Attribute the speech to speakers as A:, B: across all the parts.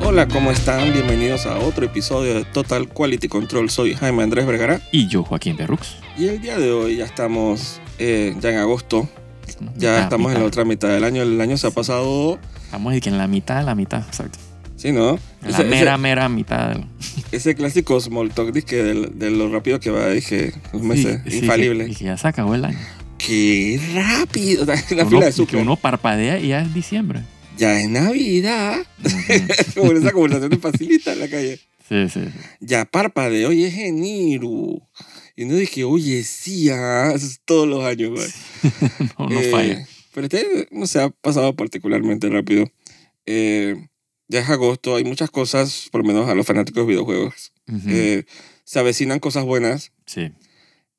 A: Hola, ¿cómo están? Bienvenidos a otro episodio de Total Quality Control. Soy Jaime Andrés Vergara.
B: Y yo, Joaquín de Rux.
A: Y el día de hoy ya estamos eh, ya en agosto. Ya
B: Ah,
A: estamos en
B: mitad.
A: la otra mitad del año. El año se ha pasado.
B: Estamos de que en la mitad de la mitad, exacto.
A: Sí, ¿no?
B: En la
A: Ese,
B: mera,
A: ese-
B: mera mitad. del-
A: ese clásico small talk dizque, del- de, lo rápido que va, dije, los meses.
B: Sí, sí,
A: Infalible.
B: que- Y que ya se acabó el año.
A: ¡Qué rápido! O sea, La
B: Que
A: fila
B: uno,
A: de
B: que
A: azúcar.
B: uno parpadea y ya es diciembre.
A: Ya es Navidad.
B: Ujú.
A: Como en esa conversación de facilita en la calle.
B: sí, sí. sí.
A: ya parpadeo y es enero. Y no dije, oye, sí, ah, eso es todos los años, güey.
B: No, no
A: Eh,
B: falla.
A: Pero este no se ha pasado particularmente rápido. Eh, ya es agosto, hay muchas cosas, por lo menos a los fanáticos de videojuegos.
B: Ujú.
A: Eh, se avecinan cosas buenas.
B: sí.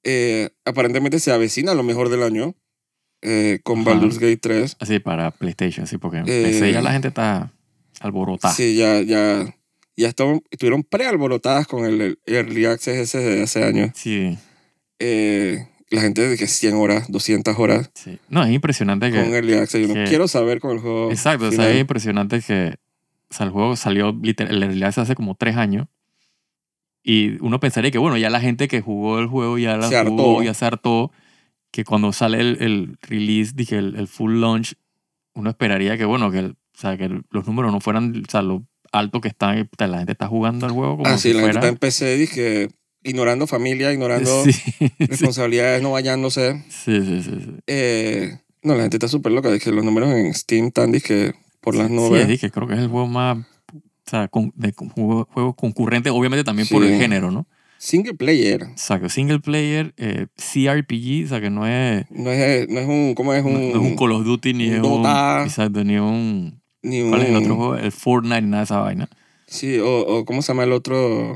A: Eh, aparentemente se avecina lo mejor del año eh, con
B: Ajá.
A: Baldur's Gate 3.
B: Así para PlayStation, sí, porque en PC ya la gente está alborotada.
A: eh, Sí, ya, ya, ya estaban- estuvieron prealborotadas con el, el Early Access ese de hace años.
B: Sí,
A: eh, la gente de que 100 horas, 200 horas
B: sí. No, es impresionante que.
A: con Early Access. Yo no
B: que-
A: quiero saber con el juego.
B: Exacto, o sea,
A: final.
B: es impresionante que o sea, el juego salió literal, en realidad se hace como tres años. Y uno pensaría que, bueno, ya la gente que jugó el juego ya la
A: Se hartó.
B: jugó, ya se hartó. Que cuando sale el, el release, dije, el, el full launch, uno esperaría que, bueno, que, el- o sea, que el- los números no fueran, o sea, lo alto que están, y, puta, la gente está jugando al juego como
A: Ah, sí,
B: si
A: la gente
B: fuera.
A: está en PC, dije, ignorando familia, ignorando
B: Sí, sí,
A: responsabilidades, no bañándose.
B: sí, sí, sí, sí.
A: Eh, no, la gente está súper loca. Dije, los números en Steam están, dije, por las
B: Sí,
A: nubes.
B: es que creo que es el juego más, o sea, con- de con- juego, juego concurrente, obviamente también por
A: Sí.
B: el género, ¿no?
A: Single player.
B: Exacto, single player, eh, CRPG, o sea que no es,
A: No es, eh, no es un, ¿cómo es
B: no-
A: un?
B: no es un Call of Duty ni
A: Mm. un
B: es
A: Dota. Mm.
B: un. Exacto, ni un.
A: ni
B: ¿Cuál es el
A: un-
B: otro juego? El Fortnite, nada de esa vaina.
A: Sí, o, o ¿cómo se llama el otro?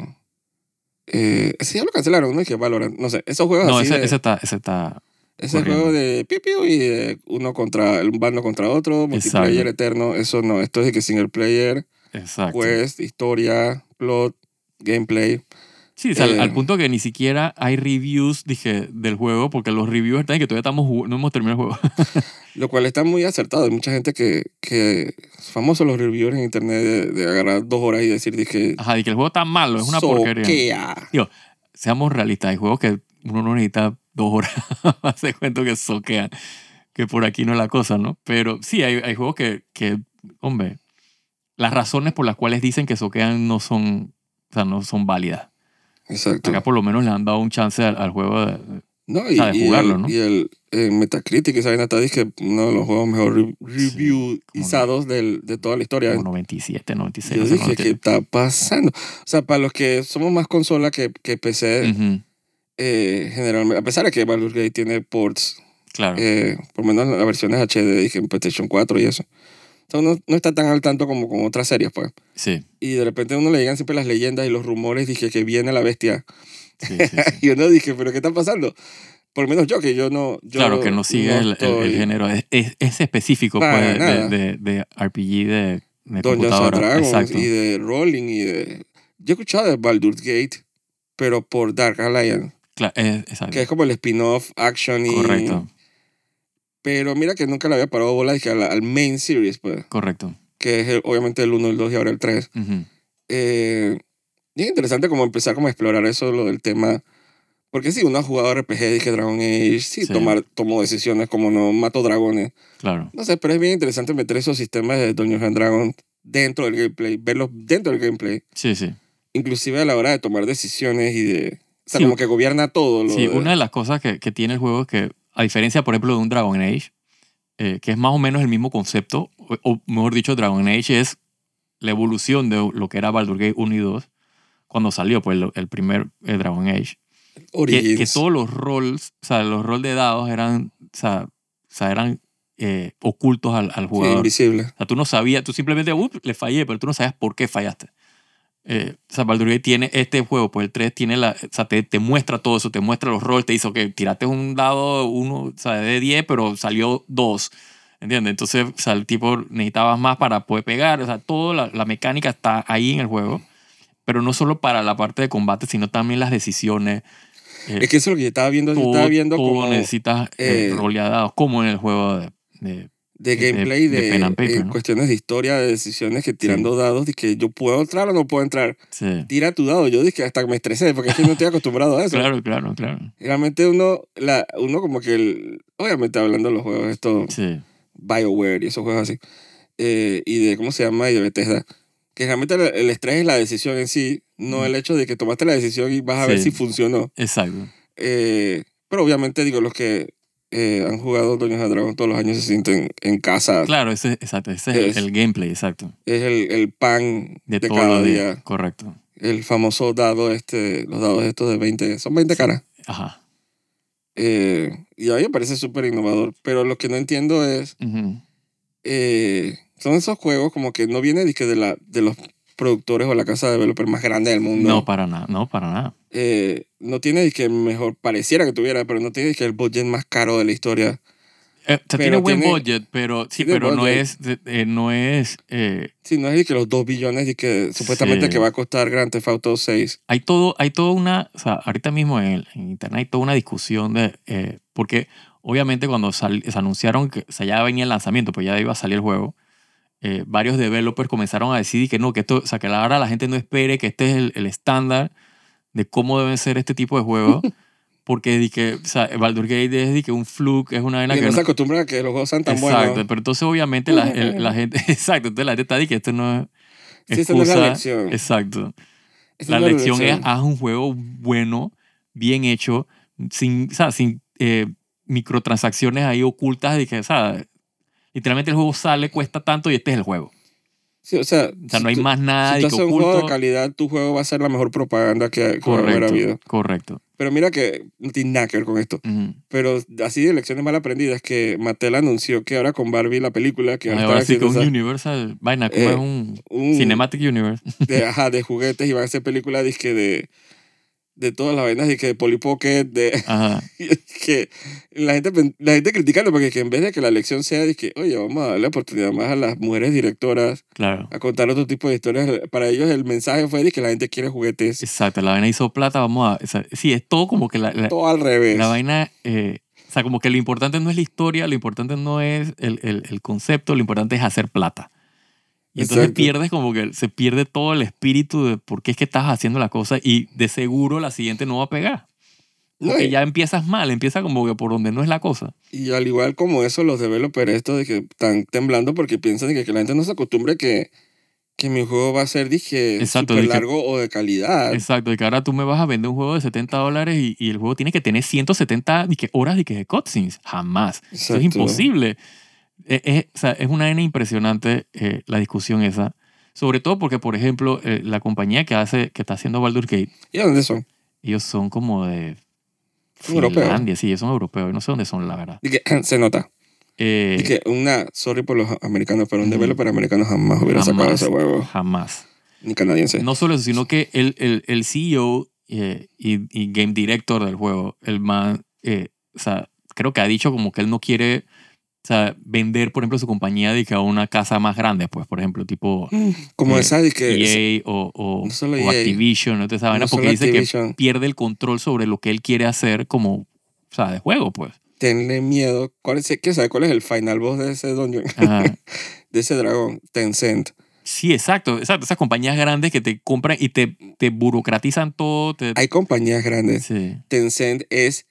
A: Eh, ese ya lo cancelaron, ¿no? Dije, Valorant. No sé, esos juegos
B: No,
A: así
B: ese,
A: de-
B: ese está. Ese está
A: Ese
B: corriendo.
A: juego de piu piu y de uno contra un bando contra otro, multiplayer eterno, eso no. Esto es de que single player,
B: exacto.
A: quest, pues, historia, plot, gameplay.
B: sí, o sea, al-
A: eh,
B: al punto que ni siquiera hay reviews, dije, del juego, porque los reviews están en que todavía estamos jug- no hemos terminado el juego.
A: Lo cual está muy acertado. Hay mucha gente que, que famosos los reviewers en internet de, de agarrar dos horas y decir, dije,
B: Ajá, y que el juego está malo, Ah, es una porquería.
A: soquea.
B: Seamos realistas, hay juegos que uno no necesita dos horas para hacer cuento que soquean, que por aquí no es la cosa, ¿no? Pero sí, hay, hay juegos que, que, hombre, las razones por las cuales dicen que soquean no son, o sea, no son válidas.
A: Exacto.
B: Acá por lo menos le han dado un chance al, al juego. de-
A: No, y,
B: sabe
A: y
B: jugarlo,
A: el,
B: ¿no?
A: y el eh, Metacritic, esa vaina está, dije, uno de los juegos mejor re- reviwizados del- de toda la historia.
B: como 97, 96.
A: Yo
B: no sé
A: dije,
B: cuánto
A: ¿qué está pasando? O sea, para los que somos más consola que, que PC,
B: tiene. Ujú,
A: eh, generalmente, a pesar de que Baldur's Gate tiene ports,
B: Claro.
A: eh, por lo menos las versiones HD, dije, en PlayStation 4 y eso. Entonces no, no está tan al tanto como con otras series, pues.
B: sí,
A: Y de repente a uno le llegan siempre las leyendas y los rumores, dije, que viene la bestia.
B: sí, sí, sí.
A: Y uno dije, ¿pero qué está pasando? Por lo menos yo, que yo no... Yo
B: claro que no sigue el, el- el
A: estoy-
B: género. Es, es- es específico
A: Nada,
B: pues, de-
A: nada.
B: De, de- de RPG de, de
A: Dungeons and
B: computadora.
A: Dragons
B: Exacto.
A: y de Rolling y de... Yo he escuchado de Baldur's Gate, pero por Dark Alliance,
B: Cla- es- exacto.
A: que es como el spin-off, action y...
B: Correcto,
A: Pero mira que nunca le había parado bola dije, al, al main series, pues,
B: correcto.
A: que es el- obviamente el 1, el 2 y ahora el 3.
B: Ujú.
A: Eh, y es interesante como empezar como a explorar eso, lo del tema. Porque sí, uno ha jugado RPG, dije Dragon Age, sí,
B: Sí.
A: Tomar, tomo decisiones como no mato dragones.
B: Claro.
A: No sé, pero es bien interesante meter esos sistemas de Dungeons and Dragons dentro del gameplay, verlos dentro del gameplay.
B: Sí, sí.
A: inclusive a la hora de tomar decisiones y de... O sea,
B: Sí.
A: como que gobierna todo. Lo
B: Sí,
A: de-
B: una de las cosas que, que tiene el juego es que, a diferencia, por ejemplo, de un Dragon Age, eh, que es más o menos el mismo concepto, o, o mejor dicho, Dragon Age es la evolución de lo que era Baldur's Gate 1 y 2 cuando salió pues, el, el primer eh, Dragon Age. Que, que
A: Origins.
B: todos los roles, o sea, los roles de dados eran, o sea, o sea, eran eh, ocultos al, al
A: Sí,
B: jugador.
A: invisible.
B: O sea, tú no sabías, tú simplemente, "Ups, le fallé, pero tú no sabías por qué fallaste. Eh, o sea, Baldur's Gate tiene este juego, pues el 3 tiene la, o sea, te, te muestra todo eso, te muestra los roles, te dice, ok, tiraste un dado uno, o sea, de 10, pero salió 2, ¿entiendes? Entonces, o sea, el tipo necesitabas más para poder pegar, o sea, toda la, la mecánica está ahí en el juego, pero no solo para la parte de combate, sino también las decisiones. eh,
A: Es que eso es lo que yo estaba viendo. yo
B: todo,
A: estaba viendo
B: todo
A: como...
B: necesitas eh,
A: eh,
B: roleados, como en el juego de, de
A: de
B: De-
A: gameplay, de,
B: de pen and paper,
A: eh,
B: ¿no?
A: cuestiones de historia, de decisiones que tirando dados, de que yo puedo entrar o no puedo entrar.
B: Sí.
A: Tira tu dado. Yo dije hasta me estresé porque es que no estoy acostumbrado a eso.
B: Claro, claro, claro.
A: Realmente uno, la, uno como que, el- obviamente hablando de los juegos, esto,
B: Sí.
A: BioWare y esos juegos así, eh, y de, ¿cómo se llama? Y de Bethesda, que realmente el, el estrés es la decisión en sí, no
B: Mm.
A: el hecho de que tomaste la decisión y vas a ver si
B: Sí.
A: funcionó.
B: Exacto.
A: Eh, pero obviamente, digo, los que eh, han jugado Dungeons and Dragons todos los años se sienten en casa.
B: Claro, ese, exacto, ese es el-
A: Es-
B: el, gameplay, exacto.
A: Es el, el pan
B: De,
A: de,
B: todos
A: cada
B: los
A: día.
B: días. Correcto.
A: El famoso dado este, los dados estos de 20, son 20 caras.
B: Ajá.
A: Eh, y a mí me parece súper innovador, pero lo que no entiendo es,
B: Ujú.
A: eh, son esos juegos como que no viene dizque de, la, de los productores o la casa de developer más grande del mundo.
B: no. para nada, no, para nada.
A: Eh, no tiene que mejor, pareciera que tuviera, pero no tiene que el budget más caro de la historia.
B: Eh, o sea,
A: Pero
B: tiene buen
A: tiene-
B: budget, pero sí,
A: tiene
B: pero no
A: budget.
B: es, eh, no es, eh,
A: Si no es que los 2 billones y que supuestamente
B: Sí.
A: que va a costar Grand Theft Auto 6.
B: hay todo, hay toda una, o sea, ahorita mismo en, el- en internet hay toda una discusión de, eh, porque obviamente cuando sal- se anunciaron que, o sea, ya venía el lanzamiento, pues ya iba a salir el juego, eh, varios developers comenzaron a decidir que no, que esto, o sea, que ahora la gente no espere que este es el el estándar de cómo deben ser este tipo de juegos, porque di que, o sea, Baldur Gate es di que un fluke, es una vaina
A: Y
B: que
A: no
B: no-
A: se acostumbra a que los juegos sean tan
B: Exacto,
A: buenos.
B: pero entonces obviamente la, el- la gente, exacto, entonces la gente está diciendo que esto no es
A: Sí, esa no es la
B: excusa.
A: lección.
B: Exacto.
A: Esa
B: La
A: no es
B: lección es ah, haz un juego bueno, bien hecho, sin, o sea, sin eh, microtransacciones ahí ocultas de que, o sea, literalmente el juego sale, cuesta tanto y este es el juego.
A: Sí, o sea,
B: O sea, no hay
A: si tú-
B: más
A: Si
B: nada de
A: tú
B: que
A: haces un juego de
B: oculto.
A: calidad, tu juego va a ser la mejor propaganda que, que va a haber habido.
B: Correcto, correcto.
A: Pero mira que no tiene nada que ver con esto.
B: Ujú.
A: Pero así de lecciones mal aprendidas que Mattel anunció que ahora con Barbie la película que ahora
B: Ahora sí que
A: están
B: un
A: haciendo
B: Universal, vaina, como
A: Eh,
B: es un
A: un-
B: Cinematic Universe.
A: de, ajá, de juguetes y van a hacer películas dizque, de de todas las vainas y que de Polly Pocket de
B: Ajá.
A: que la gente pen- la gente criticando porque que en vez de que la lección sea de que oye vamos a darle oportunidad más a las mujeres directoras
B: Claro.
A: a contar otro tipo de historias para ellos el mensaje fue de que la gente quiere juguetes
B: Exacto, la vaina hizo plata, vamos a... o sea, sí, es todo como que la, la-
A: todo al revés
B: la vaina... eh, o sea, como que lo importante no es la historia, lo importante no es el, el- el concepto, lo importante es hacer plata. Y entonces
A: Exacto.
B: pierdes como que se pierde todo el espíritu de por qué es que estás haciendo la cosa y de seguro la siguiente no va a pegar.
A: No,
B: Porque
A: y-
B: ya empiezas mal, empieza como que por donde no es la cosa.
A: Y al igual como eso, los developers estos de que están temblando porque piensan de que, que la gente no se acostumbre que, que mi juego va a ser, dije,
B: Exacto,
A: súper
B: dije-
A: largo o de calidad.
B: Exacto, y que ahora tú me vas a vender un juego de 70 dólares y, y el juego tiene que tener 170 y que horas y que de cutscenes. Jamás. Eso
A: Exacto.
B: es imposible. Eh, eh, o sea, es una vaina impresionante eh, la discusión esa. Sobre todo porque, por ejemplo, eh, la compañía que, hace, que está haciendo Baldur's Gate,
A: ¿Y a dónde son?
B: ellos son como de
A: Son europeos.
B: Finlandia, sí, ellos son europeos, no sé dónde son, la verdad.
A: Dije, se nota.
B: Eh,
A: Dije, una, sorry por los americanos, pero un
B: Ujú.
A: developer americano jamás hubiera sacado
B: jamás,
A: ese juego,
B: jamás.
A: ni canadiense.
B: No solo eso, sino que el, el, el CEO eh, y, y game director del juego, el man, eh, o sea, creo que ha dicho como que él no quiere o sea, vender, por ejemplo, su compañía de que a una casa más grande, pues, por ejemplo, tipo
A: Mm, Como
B: Eh,
A: esa, dije,
B: EA o, o,
A: no solo
B: o
A: EA,
B: Activision, ¿no? Toda esa
A: no
B: vaina,
A: solo
B: porque dice
A: Activision.
B: que pierde el control sobre lo que él quiere hacer como, o sea, de juego, pues.
A: tenle miedo. ¿Cuál es, ¿Qué sabe cuál es el final boss de ese dungeon?
B: Ajá.
A: de ese dragón, Tencent.
B: Sí, exacto, exacto. Esas compañías grandes que te compran y te, te burocratizan todo. te-
A: Hay compañías grandes.
B: sí,
A: Tencent es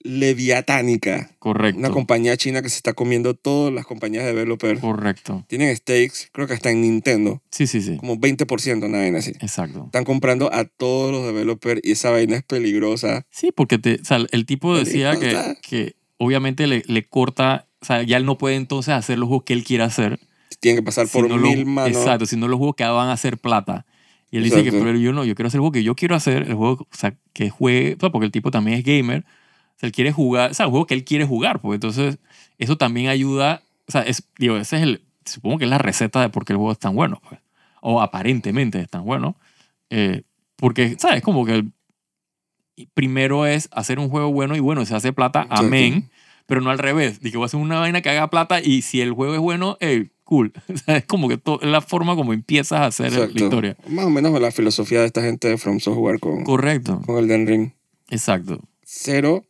A: leviatánica.
B: correcto.
A: Una compañía china que se está comiendo todas las compañías de developer.
B: correcto.
A: Tienen stakes, creo que hasta en Nintendo,
B: Sí, sí, sí.
A: como 20%, una vaina así.
B: Exacto.
A: Están comprando a todos los developers y esa vaina es peligrosa.
B: Sí, porque te, o sea, el tipo
A: Pero
B: decía que,
A: importa.
B: que obviamente le, le corta, o sea, ya él no puede entonces hacer los juegos que él quiere hacer.
A: Tienen que pasar
B: si
A: por
B: no lo-
A: mil manos.
B: Exacto, si no los juegos que van a hacer plata. Y él dice que,
A: Exacto.
B: pero yo no, yo quiero hacer el juego que yo quiero hacer, el juego o sea, que juegue, o sea, porque el tipo también es gamer, o sea, él quiere jugar, o sea, el juego que él quiere jugar, pues entonces eso también ayuda, o sea, es, digo, ese es el, supongo que es la receta de por qué el juego es tan bueno, pues, o aparentemente es tan bueno, eh, porque, ¿sabes? Como que el- primero es hacer un juego bueno y bueno, se hace plata,
A: Exacto.
B: amén, pero no al revés, de que voy a hacer una vaina que haga plata y si el juego es bueno, eh, cool. O sea, es como que to- es la forma como empiezas a hacer la
A: Exacto.
B: historia.
A: Más o menos la filosofía de esta gente de From Software con,
B: Correcto,
A: con Elden Ring.
B: exacto.
A: Cero.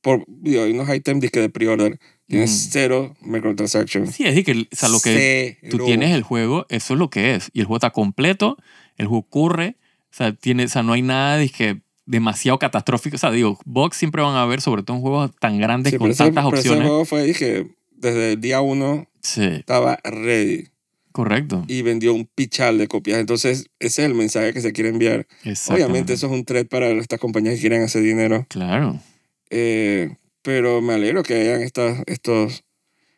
A: Por, digo, hay unos items disque de pre-order. Tienes cero microtransactions.
B: Sí, es decir, que el- o sea, lo que tú
A: Cero.
B: tienes el juego, eso es lo que es. Y el juego está completo, el juego corre, o sea, tiene, o sea no hay nada dizque, demasiado catastrófico. O sea, digo, bugs siempre van a haber, sobre todo en juegos tan grandes
A: Sí,
B: con
A: pero ese-
B: tantas
A: pero Ese
B: opciones.
A: juego fue, dije, desde el día uno
B: Sí,
A: estaba ready
B: correcto.
A: y vendió un pichal de copias. Entonces, ese es el mensaje que se quiere enviar. Obviamente,
B: Exactamente.
A: eso es un threat para estas compañías que quieren hacer dinero.
B: Claro.
A: Eh, pero me alegro que hayan estas, estos.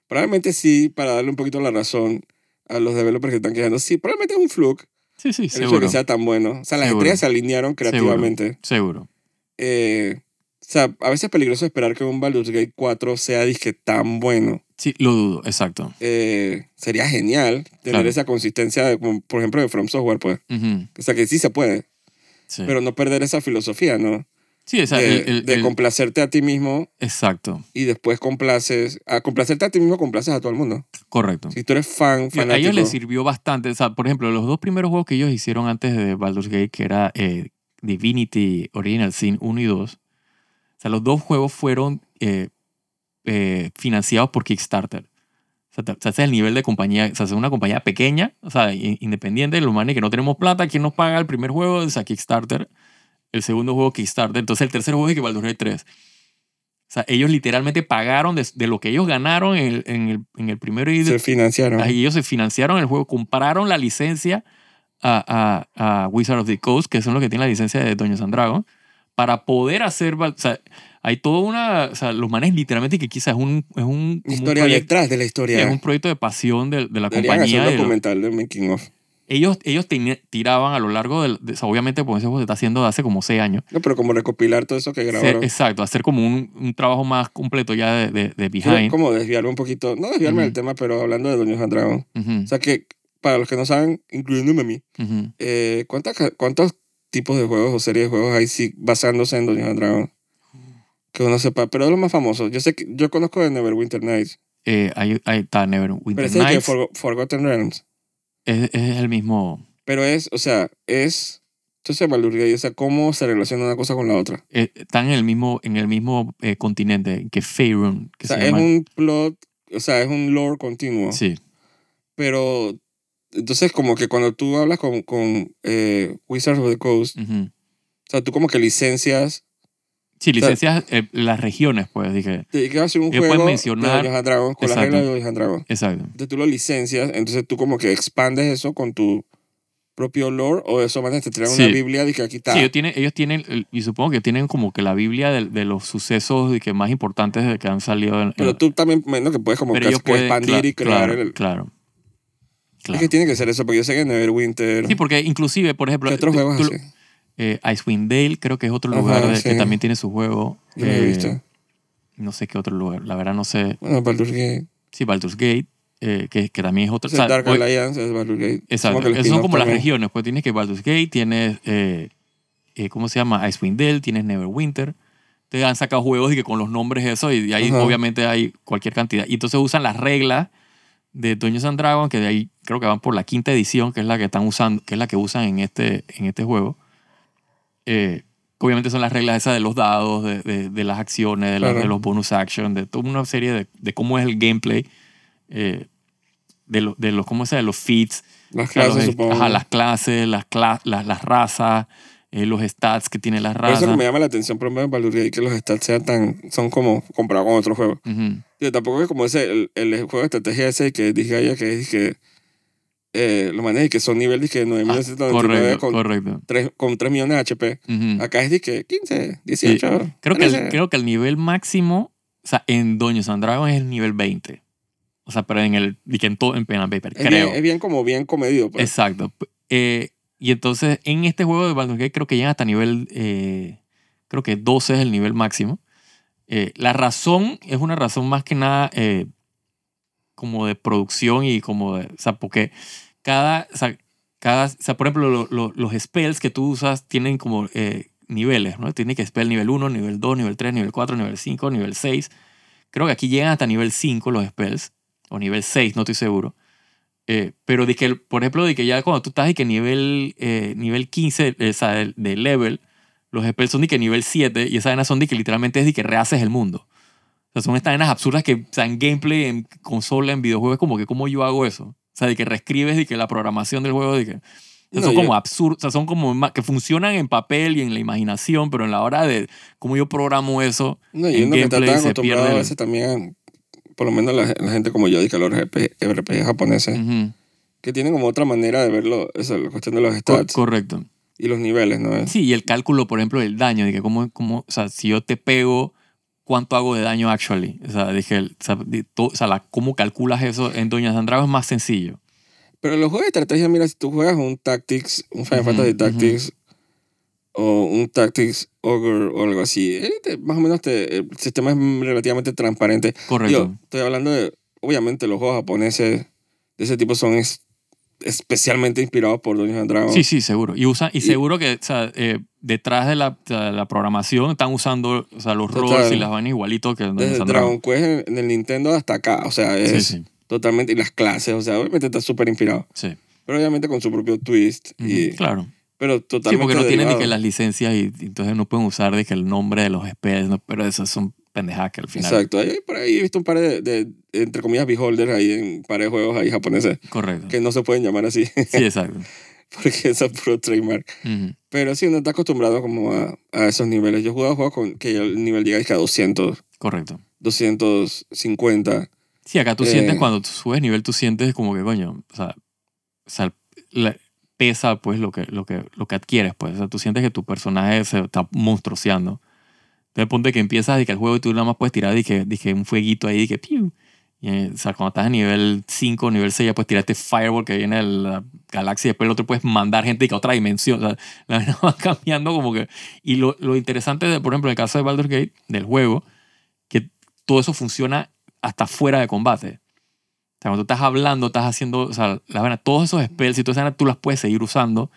A: Probablemente sí, para darle un poquito la razón a los developers que están quejando. Sí, probablemente es un fluke.
B: Sí, sí,
A: El hecho de
B: seguro.
A: que sea tan bueno. O sea, las
B: Seguro.
A: estrellas se alinearon creativamente.
B: Seguro.
A: Eh, o sea, a veces es peligroso esperar que un Baldur's Gate 4 sea disque tan bueno.
B: Sí, lo dudo, exacto.
A: Eh, sería genial tener
B: Claro.
A: esa consistencia, de, como, por ejemplo, de From Software, pues.
B: Ujú,
A: O sea, que sí se puede,
B: sí.
A: pero no perder esa filosofía, ¿no?
B: Sí, o sea,
A: de
B: el- el-
A: Eh, de
B: el-
A: complacerte a ti mismo
B: exacto,
A: y después complaces. A complacerte a ti mismo, complaces a todo el mundo.
B: correcto.
A: Si tú eres fan,
B: Y A
A: fanático.
B: ellos les sirvió bastante. O sea, por ejemplo, los dos primeros juegos que ellos hicieron antes de Baldur's Gate, que era eh, Divinity Original Sin 1 y 2, o sea, los dos juegos fueron eh, eh, financiados por Kickstarter. O sea, te- o sea, ese es el nivel de compañía. O sea, es una compañía pequeña, o sea, i- independiente, los manes que no tenemos plata, ¿quién nos paga el primer juego? O sea, Kickstarter. El segundo juego, Kickstarter. Entonces, el tercer juego es que Baldur's Gate 3. O sea, ellos literalmente pagaron de, de lo que ellos ganaron en el, en el, en el primero y
A: se financiaron.
B: Ahí ellos se financiaron el juego, compraron la licencia a, a- a Wizard of the Coast, que son los que tienen la licencia de Doña Sandragon, para poder hacer. val- O sea, hay toda una. O sea, los manes literalmente que quizás es un. Es un, como un
A: historia
B: proyecto,
A: detrás de la
B: es
A: historia.
B: un proyecto de pasión de, de la
A: Deberían hacer
B: compañía.
A: un
B: de los-
A: documental de Making of.
B: ellos ellos teni- tiraban a lo largo del. de- o sea, obviamente, porque ese juego se está haciendo de hace como seis años.
A: No, pero como recopilar todo eso que
B: Ser-
A: grabaron.
B: exacto, hacer como un, un trabajo más completo ya de, de, de
A: Quiero
B: behind.
A: como desviarme un poquito, no desviarme
B: Ujú.
A: del tema, pero hablando de Doña Sandragón.
B: Ujú,
A: O sea que, para los que no saben, incluyéndome a mí,
B: ujú.
A: eh, ¿cuántas ca- ¿cuántos tipos de juegos o series de juegos hay sí, basándose en Doña Sandragón? Que uno sepa, pero es lo más famoso. Yo sé que yo conozco de Neverwinter Nights,
B: Eh, ahí, ahí está Neverwinter
A: pero ese es el que
B: Nights.
A: Forgo- Forgotten Realms.
B: Es, es el mismo.
A: Pero es, o sea, es. Entonces, Baldur's Gate, o sea, cómo se relaciona una cosa con la otra.
B: eh, están en el mismo, en el mismo eh, continente que Faerun, que
A: O sea,
B: se
A: es
B: llama.
A: un plot, o sea, es un lore continuo.
B: Sí,
A: Pero entonces como que cuando tú hablas con, con eh, Wizards of the Coast,
B: ujú.
A: o sea, tú como que licencias,
B: sí
A: sea,
B: licencias eh, las regiones, pues, dije.
A: te que va a ser un
B: Ellos
A: juego
B: pueden
A: de
B: mencionar-
A: Dungeons and Dragons, con las
B: Exacto.
A: reglas de Dungeons and Dragons.
B: Exacto.
A: Entonces tú lo licencias, entonces tú como que expandes eso con tu propio lore o eso más te tiran una
B: Sí.
A: biblia de que aquí está.
B: Sí, ellos tienen, ellos tienen, el- y supongo que tienen como que la Biblia del- de, los sucesos de que más importantes de que han salido en, en-
A: pero tú también, menos que puedes como
B: pero
A: que,
B: ellos
A: que
B: pueden-
A: expandir y
B: cla-
A: crear
B: claro,
A: el...
B: claro. Claro.
A: Es que tiene que ser eso, porque yo sé que Neverwinter...
B: Sí, porque inclusive, por
A: ¿Qué
B: ejemplo,
A: otros
B: tú-
A: juegos
B: tú-
A: así?
B: eh, Icewind Dale creo que es otro
A: Ajá,
B: lugar de-
A: sí.
B: que también tiene su juego.
A: Yo no he
B: Eh,
A: visto.
B: No sé qué otro lugar, la verdad no sé.
A: Bueno, Baldur's Gate.
B: Sí, Baldur's Gate, eh, que, que también es otro.
A: O sea,
B: o sea,
A: Dark
B: voy-
A: Alliance es Baldur's Gate.
B: Exacto.
A: Supongo que el
B: Esas son
A: spin-off
B: como las
A: también.
B: regiones. Pues tienes que Baldur's Gate, tienes, eh, eh, ¿cómo se llama? Icewind Dale, tienes Neverwinter. Te han sacado juegos y que con los nombres eso y ahí
A: Ajá.
B: obviamente hay cualquier cantidad. Y entonces usan las reglas de Dungeons and Dragons que de ahí creo que van por la quinta edición que es la que están usando, que es la que usan en este, en este juego. Eh, que obviamente son las reglas esas de los dados, de, de- de las acciones, de, la-
A: Claro.
B: de los bonus action, de toda una serie de, de cómo es el gameplay, eh, de, lo- de los cómo se llama? de los feats
A: Las
B: Claro,
A: clases,
B: los-
A: supongo.
B: ajá, las clases, las, cla- las, las razas, eh, los stats que tiene las
A: Por eso
B: razas.
A: es que me llama la atención, por ejemplo, en Baldur's Gate, que los stats sean tan... Son como comparados con otros juegos.
B: Ujú.
A: Yo tampoco es como ese, el, el juego de estrategia ese que dije ayer, que es que... Eh, lo manejes que son niveles que
B: Ah,
A: 9.999
B: correcto,
A: con, Ah,
B: correcto.
A: tres- con 3 millones de HP.
B: Ujú.
A: Acá es que 15, 18,
B: Creo, que el,
A: 13.
B: creo que el nivel máximo, o sea, en Doño Sandragon es el nivel 20. O sea, pero en el, y que en todo, en Pen and Paper,
A: es,
B: creo.
A: bien, es bien como bien comedido. pues.
B: Exacto. Eh, y entonces, en este juego de Baldur's Gate creo que llegan hasta nivel, eh, creo que 12 es el nivel máximo. Eh, la razón es una razón más que nada eh, como de producción y como de, o sea, porque cada, o sea, cada, o sea, por ejemplo, lo- lo- los spells que tú usas tienen como eh, niveles, ¿no? Tiene que spell nivel 1, nivel 2, nivel 3, nivel 4, nivel 5, nivel 6. Creo que aquí llegan hasta nivel 5 los spells, o nivel 6, no estoy seguro. Eh, pero de que, por ejemplo, de que ya cuando tú estás de que nivel, eh, nivel 15, eh, o sea, de, de level, los spells son de que nivel 7 y esas venas son de que literalmente es de que rehaces el mundo. O sea, son estas vainas absurdas que, o sea, en gameplay, en consola, en videojuegos, como que cómo yo hago eso. O sea, de que reescribes y que la programación del juego, de que... O sea,
A: No,
B: son
A: yo-
B: como absurdos, o sea, son como ma- que funcionan en papel y en la imaginación, pero en la hora de cómo yo programo eso,
A: No,
B: en
A: y uno que está
B: gameplay
A: tan
B: se
A: acostumbrado
B: pierde
A: a
B: el-
A: veces también, por lo menos la, la gente como yo, de que los RPG, RPG japoneses,
B: ujú,
A: que tienen como otra manera de verlo, eso, la cuestión de los
B: co-
A: stats
B: correcto.
A: y los niveles, ¿no?
B: Sí, y el cálculo, por ejemplo, del daño, de que cómo, cómo, o sea, si yo te pego, ¿cuánto hago de daño actually? O sea, dije, el- o sea, de to- o sea, la- cómo calculas eso en Doña Sandrago es más sencillo.
A: Pero los juegos de estrategia, mira, si tú juegas un Tactics, un Final
B: Ujú,
A: Fantasy
B: ujú.
A: Tactics, o un Tactics Ogre o algo así, eh, te- más o menos te- el sistema es relativamente transparente.
B: Correcto.
A: Yo estoy hablando de, obviamente los juegos japoneses de ese tipo son es- especialmente inspirados por Dungeons and Dragons.
B: Sí, sí, seguro. Y usan, y
A: Y-
B: seguro que o sea, eh, detrás de la, o sea, la programación están usando o sea, los
A: Total.
B: roles y las vainas igualitos que en Doña
A: Desde
B: Sandrago.
A: Dragon Quest en, en el Nintendo hasta acá, o sea,
B: Sí,
A: es
B: sí,
A: totalmente, y las clases, o sea, obviamente está súper inspirado,
B: sí.
A: pero obviamente con su propio twist, y,
B: Ujú, claro.
A: pero
B: Sí,
A: totalmente
B: porque no tienen ni
A: derivado.
B: que las licencias y, y entonces no pueden usar de que el nombre de los espes, no, pero eso son pendejadas que al final.
A: Exacto, ahí, por ahí he visto un par de, de, entre comillas, beholders ahí en par de juegos ahí japoneses,
B: Correcto.
A: que no se pueden llamar así,
B: Sí, exacto.
A: porque es puro trademark.
B: Ujú.
A: Pero sí, uno está acostumbrado como a, a esos niveles. Yo he jugado juegos con que el nivel llega a 200,
B: Correcto.
A: 250.
B: Sí, acá tú
A: Eh.
B: sientes, cuando tú subes nivel, tú sientes como que, coño, o sea, o sea, la- pesa pues lo que, lo, que, lo que adquieres, pues. O sea, tú sientes que tu personaje se está monstruoseando. Entonces ponte que empiezas y que el juego y tú nada más puedes tirar dije, dije, un fueguito ahí, dije, piu. Y, eh, o sea, cuando estás a nivel 5, nivel 6, ya puedes tirar este fireball que viene de la galaxia y después el otro puedes mandar gente que a otra dimensión. O sea, la vaina va cambiando como que... Y lo, lo interesante, de, por ejemplo, en el caso de Baldur's Gate, del juego, que todo eso funciona hasta fuera de combate. O sea, cuando tú estás hablando, estás haciendo, o sea, las vainas, todos esos spells y todas esas vainas, tú las puedes seguir usando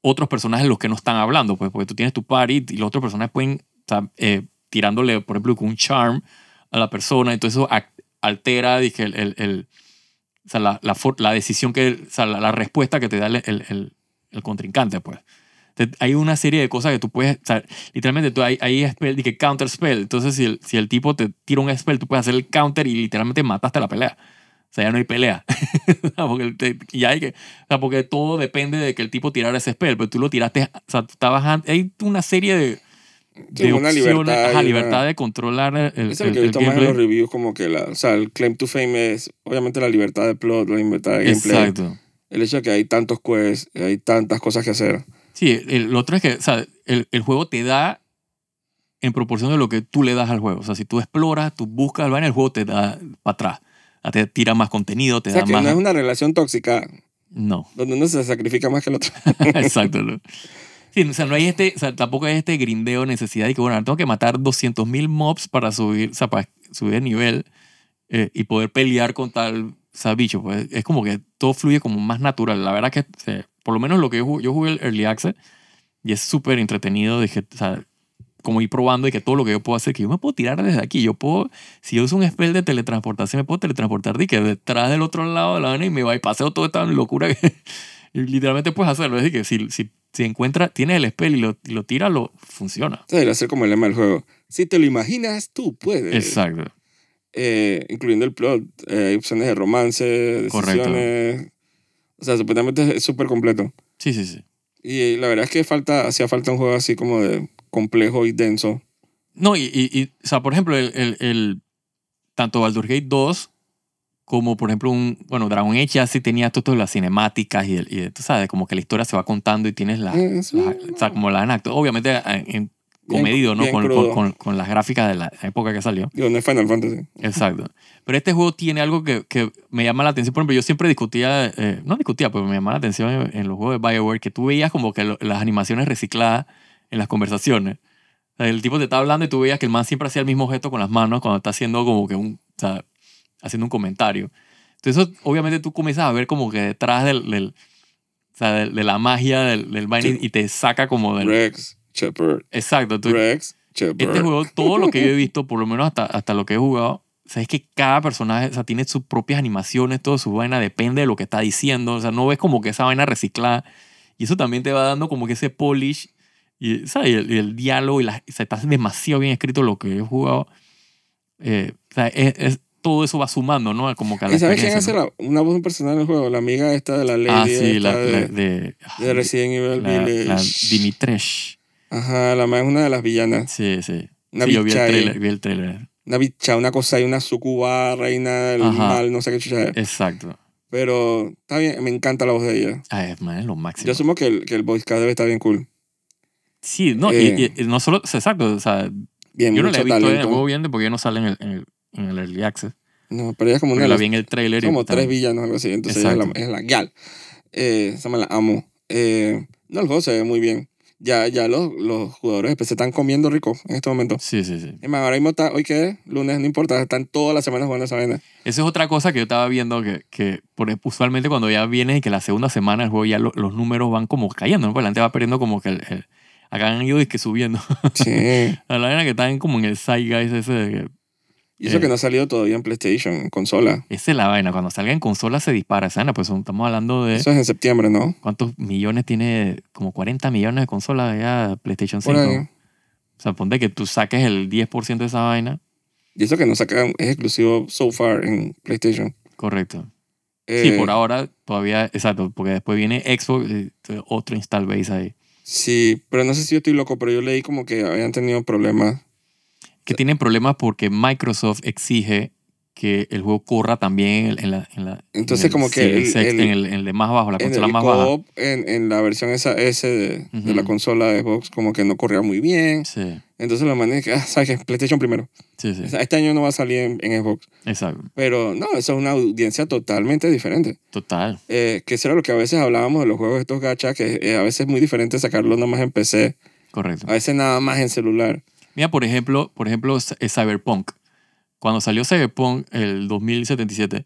B: otros personajes los que no están hablando, pues, porque tú tienes tu party y los otros personajes pueden estar eh, tirándole, por ejemplo, un charm a la persona, entonces eso ac- altera, dije, el, el- el- o sea, la, la for- la decisión que, o sea, la, la respuesta que te da el, el- el- el contrincante, pues. Te- Hay una serie de cosas que tú puedes, o sea, literalmente tú, hay, hay spell, dije, counter spell, entonces si el, si el tipo te tira un spell, tú puedes hacer el counter y literalmente mataste la pelea. O sea, ya no hay pelea. porque, el te- ya hay que, o sea, porque todo depende de que el tipo tirara ese spell, pero tú lo tiraste, o sea, tú estabas an- Hay una serie de,
A: Sí,
B: de
A: una
B: opciones,
A: libertad.
B: ajá,
A: y una-
B: libertad de controlar el, el,
A: Eso es lo que he
B: el
A: visto más en
B: gameplay.
A: los reviews, como que la, o sea, el claim to fame es obviamente la libertad de plot, la libertad de gameplay,
B: Exacto.
A: el hecho de que hay tantos quests, hay tantas cosas que hacer.
B: Sí, el, lo otro es que, o sea, el, el juego te da en proporción de lo que tú le das al juego. O sea, si tú exploras, tú buscas, vaina, el juego te da para atrás. Ah, Te tira más contenido, te
A: o sea,
B: da
A: que no
B: más...
A: es una relación tóxica,
B: No.
A: donde uno se sacrifica más que el otro.
B: Exacto. ¿no? Sí, o sea, no hay este, o sea, tampoco hay este grindeo necesidad de que, bueno, ahora tengo que matar 200.000 mobs para subir, o sea, para subir de nivel eh, y poder pelear con tal o sea, bicho. Pues es como que todo fluye como más natural. La verdad que, o sea, por lo menos lo que yo jugué, yo jugué el Early Access y es súper entretenido. Dije, o sea, como ir probando y que todo lo que yo puedo hacer, que yo me puedo tirar desde aquí. Yo puedo, si yo uso un spell de teletransportación, me puedo teletransportar de que detrás del otro lado de la vaina y me va y paseo toda esta locura que y literalmente puedes hacerlo. Es decir, que si, si, si encuentra, tienes el spell y lo, y lo tira, lo funciona.
A: O sea, debería ser como el lema del juego. Si te lo imaginas, tú puedes.
B: Exacto.
A: Eh, incluyendo el plot, eh, hay opciones de romance,
B: Correcto.
A: decisiones. O sea, supuestamente es súper completo.
B: Sí, sí, sí.
A: Y la verdad es que falta, hacía falta un juego así como de complejo y denso.
B: No, y, y, y, o sea, por ejemplo, el, el, el- tanto Baldur's Gate 2 como, por ejemplo, un, bueno, Dragon Age ya sí tenía todo, esto de las cinemáticas y, el, y de- tú sabes, como que la historia se va contando y tienes la,
A: Eh, sí,
B: la- o sea, como la en acto. Obviamente en, en-
A: Bien-
B: comedido, ¿no?
A: bien
B: Con, con,
A: crudo.
B: con, con las gráficas de la época que salió.
A: Digo, no es Final Fantasy.
B: Exacto. Pero este juego tiene algo que, que me llama la atención. Por ejemplo, yo siempre discutía, eh, no discutía, pero me llamaba la atención en, en los juegos de Bioware que tú veías como que lo- las animaciones recicladas en las conversaciones. O sea, el tipo te está hablando y tú veías que el man siempre hacía el mismo gesto con las manos cuando está haciendo como que un, o sea, haciendo un comentario. Entonces, eso, obviamente tú comienzas a ver como que detrás del, del- o sea, del- de, la magia del, del vaina
A: Sí.
B: y te saca como del...
A: Rex, Shepard.
B: Exacto. Tú-
A: Rex, Shepard.
B: este juego, todo lo que yo he visto, por lo menos hasta, hasta lo que he jugado, o sea, es que cada personaje o sea, tiene sus propias animaciones, toda su vaina, depende de lo que está diciendo. O sea, no ves como que esa vaina reciclada. Y eso también te va dando como que ese polish. Y, ¿sabes? y el, y el diálogo, y la, o sea, está demasiado bien escrito lo que he jugado. Eh, o sea, es, es- todo eso va sumando, ¿no? Como que a la
A: ¿Y sabes quién hace
B: experiencia,
A: la, una voz personal en el juego? La amiga esta de la
B: ¿no?
A: Lady.
B: Ah, sí, la,
A: esta
B: la-
A: de,
B: de,
A: de Resident Evil
B: la,
A: Village.
B: la Dimitresh.
A: Ajá, la más es una de las villanas.
B: Sí, sí.
A: Una
B: Sí, yo vi el
A: bicha ahí.
B: trailer, vi el trailer.
A: Una bicha, una cosa y una sucuba, reina del
B: Ajá. Eh.
A: mal, no sé qué chucha es.
B: Exacto.
A: Pero está bien, me encanta la voz de ella.
B: Ah, es, man, es lo máximo.
A: Yo asumo que el, que el voice cast debe estar bien cool.
B: Sí, no, y-
A: Eh.
B: y, y no solo, exacto, o sea,
A: Bien,
B: yo no la
A: mucho
B: he visto en el
A: talento.
B: juego obviamente porque ya no sale en el, en el, en el Early Access.
A: No, pero ella es como una
B: Pero
A: de
B: la
A: las
B: vi en el trailer y
A: como
B: está-
A: tres villanos o algo así. Entonces ella es la,
B: Exacto.
A: es la gal. Eh, esa me la amo. Eh, no, el juego se ve muy bien. Ya, ya los, los jugadores se están comiendo rico en este momento.
B: Sí, sí, sí.
A: Es más, ahora mismo está, hoy que es lunes, no importa, están todas las semanas jugando esa vaina.
B: Esa es otra cosa que yo estaba viendo que, que por, ejemplo, usualmente cuando ya viene y que la segunda semana el juego ya lo- los números van como cayendo, ¿no? Porque la gente va perdiendo como que el- el- acá han ido que subiendo.
A: Sí.
B: la verdad que están como en el side guys ese de que-
A: y eso
B: Eh.
A: que no ha salido todavía en PlayStation, en consola.
B: esa es la vaina, cuando salga en consola se dispara esa vaina, pues son- estamos hablando de
A: Eso es en septiembre, ¿no?
B: cuántos millones tiene, como 40 millones de consolas ya PlayStation
A: Por
B: 5.
A: ahí.
B: O sea, ponte que tú saques el 10% de esa vaina,
A: Y eso que no sacan es exclusivo so far en PlayStation.
B: correcto.
A: Eh,
B: Sí, por ahora todavía, exacto, porque después viene Xbox, eh, otro install base ahí.
A: Sí, pero no sé si yo estoy loco, pero yo leí como que habían tenido problemas.
B: que tienen problemas porque Microsoft exige que el juego corra también en, en la, en la-
A: Entonces,
B: en el
A: como que
B: Series
A: el-
B: X,
A: el-
B: en, el, en el de más bajo, la
A: en
B: consola
A: el
B: más baja.
A: co-op, en, en la versión esa S de, de la
B: Ujú.
A: consola de Xbox, como que no corría muy bien.
B: Sí,
A: Entonces lo mandé, ah, ¿sabes qué? PlayStation primero.
B: sí, sí.
A: O sea, Este año no va a salir en, en Xbox.
B: Exacto.
A: Pero no, eso es una audiencia totalmente diferente.
B: Total.
A: Eh, que eso era lo que a veces hablábamos de los juegos estos gachas, que eh, a veces es muy diferente sacarlo nomás en PC,
B: Correcto.
A: a veces nada más en celular.
B: Mira, por ejemplo, por ejemplo c- eh, Cyberpunk. Cuando salió Cyberpunk el 2077,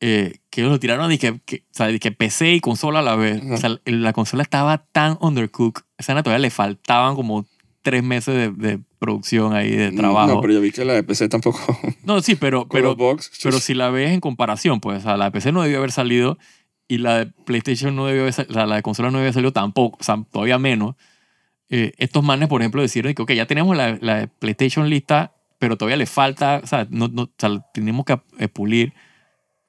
B: eh, que ellos lo tiraron y que, que, o sea, de que PC y consola a la vez.
A: Ajá.
B: O sea, el- la consola estaba tan undercooked. O sea, todavía le faltaban como tres meses de, de producción ahí, de trabajo.
A: Mm, No, pero yo vi que la de PC tampoco.
B: no sí, pero,
A: Con
B: pero
A: los box,
B: Pero si la ves en comparación, pues, o sea, la de PC no debió haber salido y la de PlayStation no debió haber salido, la de consola no debió haber salido tampoco, o sea, todavía menos. Eh, estos manes, por ejemplo, decían que, ok, ya tenemos la, la de PlayStation lista, pero todavía le falta, o sea, no, no, o sea, tenemos que eh, pulir.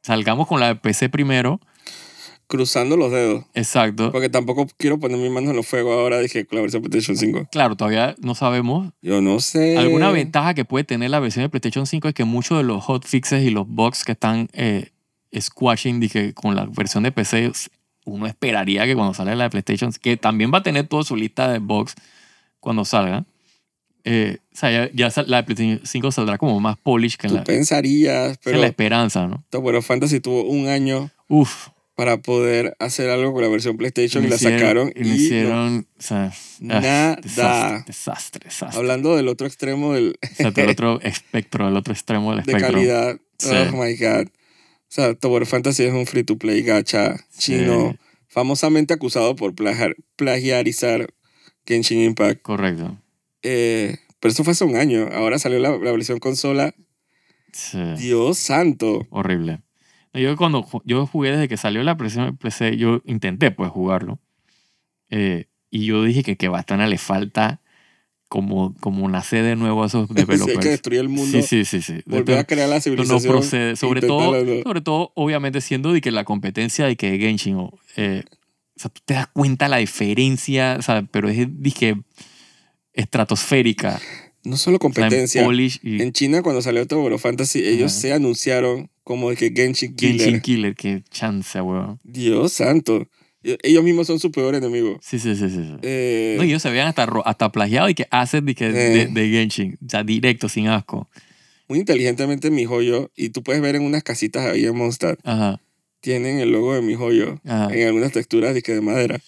B: Salgamos con la de PC primero,
A: cruzando los dedos.
B: exacto.
A: Porque tampoco quiero poner mis manos en los fuegos ahora, dije, con la versión PlayStation 5.
B: Claro, todavía no sabemos.
A: Yo no sé.
B: Alguna ventaja que puede tener la versión de PlayStation 5 es que muchos de los hotfixes y los bugs que están eh, squashing dije, con la versión de PC, uno esperaría que cuando salga la de PlayStation, que también va a tener toda su lista de bugs cuando salga, eh, o sea, ya, ya sal- la de PlayStation 5 saldrá como más polish que en
A: Tú
B: la,
A: pensarías,
B: que en
A: pero
B: la esperanza, ¿no?
A: Top Hero Fantasy tuvo un año
B: Uf,
A: para poder hacer algo con la versión PlayStation y
B: lo
A: la
B: hicieron-
A: sacaron
B: lo
A: y no-
B: hicieron, o sea, ah, desastre,
A: nada.
B: desastre, desastre.
A: Hablando del otro extremo del,
B: O sea, del otro espectro, del otro extremo del
A: de
B: espectro.
A: calidad.
B: Sí.
A: Oh my God. O sea, Tower Fantasy es un free to play gacha
B: Sí,
A: chino, famosamente acusado por plagiar, plagiarizar Genshin Impact.
B: correcto.
A: Eh, pero eso fue hace un año. Ahora salió la, la versión consola.
B: Sí.
A: Dios santo.
B: Horrible. No, Yo cuando ju- yo jugué desde que salió la presión del PC, yo intenté pues jugarlo. Eh, y yo dije que, que Bastana le falta como, como nacer de nuevo a esos
A: Hay que
B: developers.
A: destruir el mundo.
B: Sí, sí, sí. sí.
A: Volver a
B: Esto-
A: crear la
B: esto no
A: civilización.
B: procede. Sobre todo,
A: Inténtalo, no.
B: sobre todo, obviamente, siendo de que la competencia de que Genshin, o, eh, o sea, tú te das cuenta la diferencia, o sea, pero es, dije, estratosférica.
A: No solo
B: O sea, en
A: competencia.
B: Polish y
A: En China, cuando salió Tower of Fantasy, ellos
B: Ajá.
A: se anunciaron como de que Genshin Killer.
B: Genshin Killer, qué chance, weón.
A: Dios santo. E- Ellos mismos son su peor enemigo.
B: Sí, sí, sí, sí. sí.
A: Eh,
B: No, y ellos se veían hasta, ro- hasta plagiados y que hacen de, que- de, de Genshin. O sea, directo, sin asco.
A: Muy inteligentemente mi joyo, y tú puedes ver en unas casitas ahí en Mondstadt,
B: Ajá,
A: tienen el logo de mi joyo
B: ajá.
A: en algunas texturas disque de madera.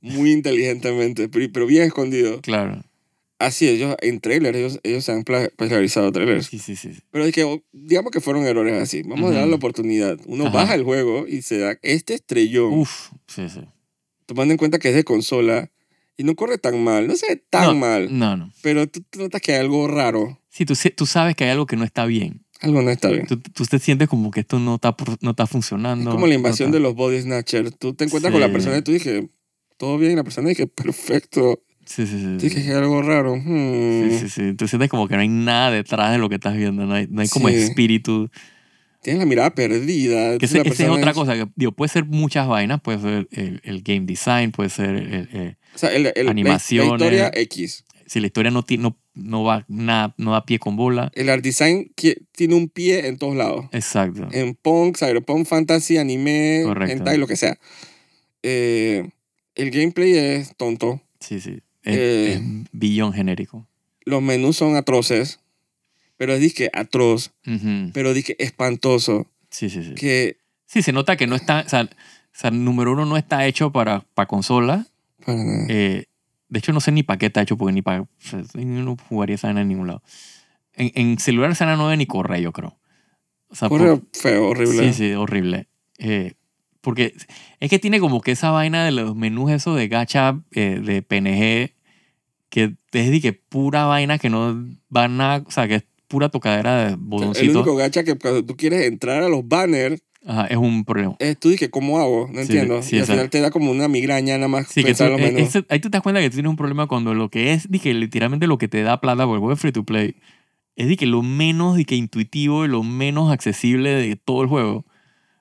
A: Muy inteligentemente, pero, pero bien escondido.
B: Claro.
A: Así, ellos en trailers, ellos, ellos se han pla- plagiarizado trailers.
B: Sí, sí, sí.
A: Pero es que, o- digamos que fueron errores así. Vamos a dar
B: Ujú.
A: la oportunidad. Uno
B: Ajá.
A: baja el juego y se da este estrellón.
B: Uf, sí, sí.
A: tomando en cuenta que es de consola y no corre tan mal, no se ve tan mal,
B: No, Mm. no.
A: pero tú tú notas que hay algo raro,
B: Sí, tú, se- tú sabes que hay algo que no está bien.
A: algo no está bien.
B: Tú, tú te sientes como que esto no está, por- no está funcionando.
A: es como la invasión
B: no
A: de los body snatchers, tú te encuentras con la
B: Sí.
A: persona y tú dije, todo bien, y la persona dije, perfecto,
B: Sí, sí, sí.
A: Sí, que es algo raro. Hmm.
B: Sí, sí, sí. Tú sientes como que no hay nada detrás de lo que estás viendo, no hay, no hay como
A: Sí.
B: espíritu.
A: Tienes la mirada perdida.
B: Que
A: Es
B: ese-
A: una
B: esa es
A: persona-
B: otra cosa, que digo, puede ser muchas vainas, puede ser el, el game design, puede ser... el- el-
A: O sea, el- el- la-
B: Animaciones.
A: La historia X.
B: si la historia no, ti- no, no va nada, no da pie con bola.
A: El art design que- tiene un pie en todos lados.
B: Exacto.
A: En punk, cyberpunk, fantasy, anime,
B: Correcto.
A: hentai, lo que sea. Eh, el gameplay es tonto.
B: Sí, sí. Es,
A: Eh.
B: es billón genérico.
A: Los menús son atroces. Pero es disque atroz.
B: Ujú.
A: Pero disque espantoso.
B: Sí, sí, sí.
A: Que
B: Sí, se nota que no está... O sea, o sea, número uno no está hecho para, para consola.
A: para nada.
B: Eh, de hecho, no sé ni para qué está hecho, porque ni para... o sea, yo no jugaría esa vaina en ningún lado. En, en celular esa vaina no debe ni correr, yo creo. O sea,
A: Corre
B: por-
A: feo, horrible.
B: Sí, sí, horrible. Eh, porque es que tiene como que esa vaina de los menús, eso de gacha, eh, de PNG, que es de que pura vaina que no van a. O sea, que es pura tocadera de
A: el
B: botoncitos.
A: único gacha que cuando tú quieres entrar a los banners,
B: Ajá, es un problema.
A: es tú dices, ¿cómo hago? No
B: Sí,
A: entiendo.
B: sí,
A: y al
B: exacto.
A: final te da como una migraña nada más
B: Sí, que
A: pensar
B: tú-
A: en los
B: eh,
A: menús.
B: ese- ahí tú te das cuenta que tienes un problema cuando lo que es, dije, literalmente lo que te da plata por el juego de free to play, es de que lo menos de que intuitivo y lo menos accesible de todo el juego.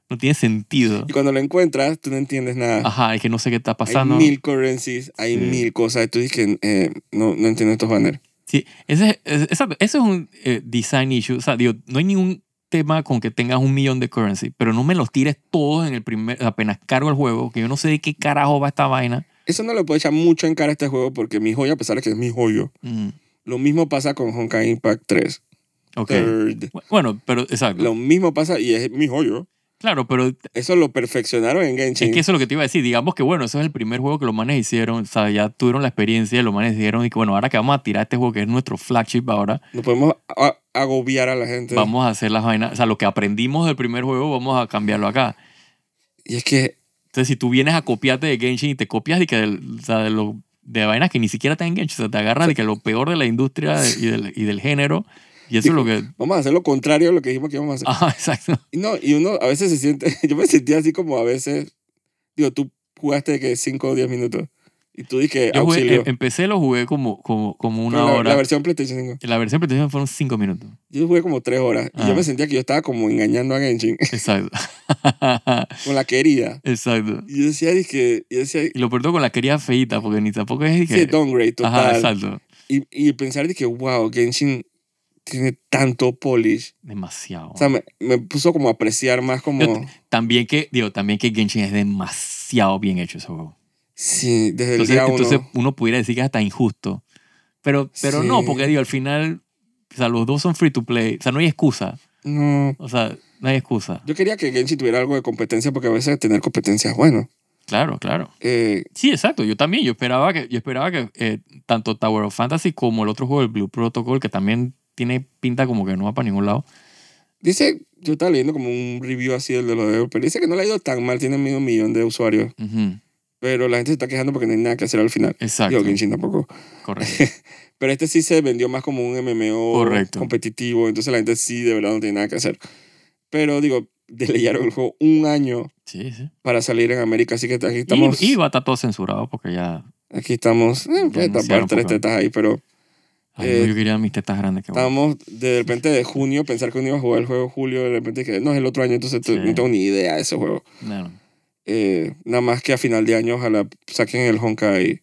B: No tiene sentido.
A: Y cuando lo encuentras, tú no entiendes nada.
B: Ajá, es que no sé qué está pasando.
A: Hay mil currencies, hay
B: Sí.
A: mil cosas. Tú dices, eh, no, no entiendo estos banners.
B: Sí, ese, es- esa- eso es un eh, design issue. O sea, digo, no hay ningún tema con que tengas un millón de currency, pero no me los tires todos en el primer, apenas cargo el juego, que yo no sé de qué carajo va esta vaina.
A: Eso no le puedo echar mucho en cara a este juego porque mi joya, a pesar de que es mi joyo,
B: Mm,
A: lo mismo pasa con Honkai Impact 3.
B: ok.
A: Third.
B: Bueno, pero exacto.
A: Eh, Lo mismo pasa y es mi joyo.
B: Claro, pero es
A: Eso lo perfeccionaron en Genshin.
B: que eso es lo que te iba a decir. Digamos que, bueno, eso es el primer juego que los manes hicieron. O sea, ya tuvieron la experiencia, los manes dijeron, y que, bueno, ahora que vamos a tirar este juego que es nuestro flagship ahora,
A: No podemos a- agobiar a la gente.
B: vamos a hacer las vainas. O sea, lo que aprendimos del primer juego, vamos a cambiarlo acá.
A: Y es que
B: Entonces, si tú vienes a copiarte de Genshin y te copias de, que del- o sea, de, lo- de vainas que ni siquiera están en Genshin, o sea, te agarras de que lo peor de la industria de- y, del, y del género, y eso es lo que...
A: vamos a hacer lo contrario a lo que dijimos que íbamos a hacer.
B: Ajá, exacto.
A: Y No, y uno a veces se siente, yo me sentía así como a veces, digo, tú jugaste que 5 o 10 minutos y tú dije,
B: Yo jugué-
A: auxilio.
B: em- empecé, lo jugué como, como, como una
A: Pero la,
B: hora.
A: la
B: La,
A: versión PlayStation 5.
B: versión PlayStation fueron cinco minutos.
A: Yo jugué como 3 horas y
B: Ah.
A: yo me sentía que yo estaba como engañando a Genshin
B: Exacto.
A: con la querida.
B: exacto.
A: Y yo decía, dije, yo decía,
B: Y lo peor todo con la querida feita, porque ni tampoco es... que-
A: sí, downgrade
B: Ajá,
A: total.
B: exacto.
A: Y, y pensar, dije, wow, Genshin tiene tanto polish.
B: Demasiado.
A: O sea, me, me puso como a apreciar más
B: Ah. Yo
A: como,
B: también que, digo, también que Genshin es demasiado bien hecho ese juego.
A: sí, desde el
B: Entonces,
A: día
B: entonces
A: uno.
B: uno pudiera decir que es hasta injusto. Pero, pero
A: Sí.
B: no, porque digo, al final, o sea, los dos son free to play. O sea, no hay excusa.
A: No.
B: O sea, no hay excusa.
A: Yo quería que Genshin tuviera algo de competencia porque a veces tener competencia es bueno.
B: Claro, claro.
A: Eh,
B: Sí, exacto. Yo también. Yo esperaba que, yo esperaba que eh, tanto Tower of Fantasy como el otro juego, el Blue Protocol, que también tiene pinta como que no va para ningún lado.
A: dice, yo estaba leyendo como un review así del de los de pero dice que no le ha ido tan mal, tiene medio millón de usuarios,
B: Ujú,
A: pero la gente se está quejando porque no hay nada que hacer al final.
B: Exacto.
A: Yo, Genshin tampoco.
B: Correcto.
A: Pero este sí se vendió más como un MMO
B: Correcto.
A: competitivo, entonces la gente sí de verdad no tiene nada que hacer. Pero digo, delegaron el juego un año
B: Sí, sí.
A: para salir en América, así que aquí
B: Y-
A: estamos.
B: Y, va a estar todo censurado porque ya.
A: Aquí estamos. Eh, puede
B: anunciaron
A: tapar tres
B: poco.
A: tetas ahí, pero
B: ay,
A: Eh,
B: no, yo quería mis tetas grandes. Que
A: estábamos de repente de junio, pensar que uno iba a jugar el juego julio, de repente que no es el otro año, entonces
B: Sí.
A: no tengo ni idea de ese juego.
B: no, no.
A: Eh, nada más que a final de año ojalá saquen el Honkai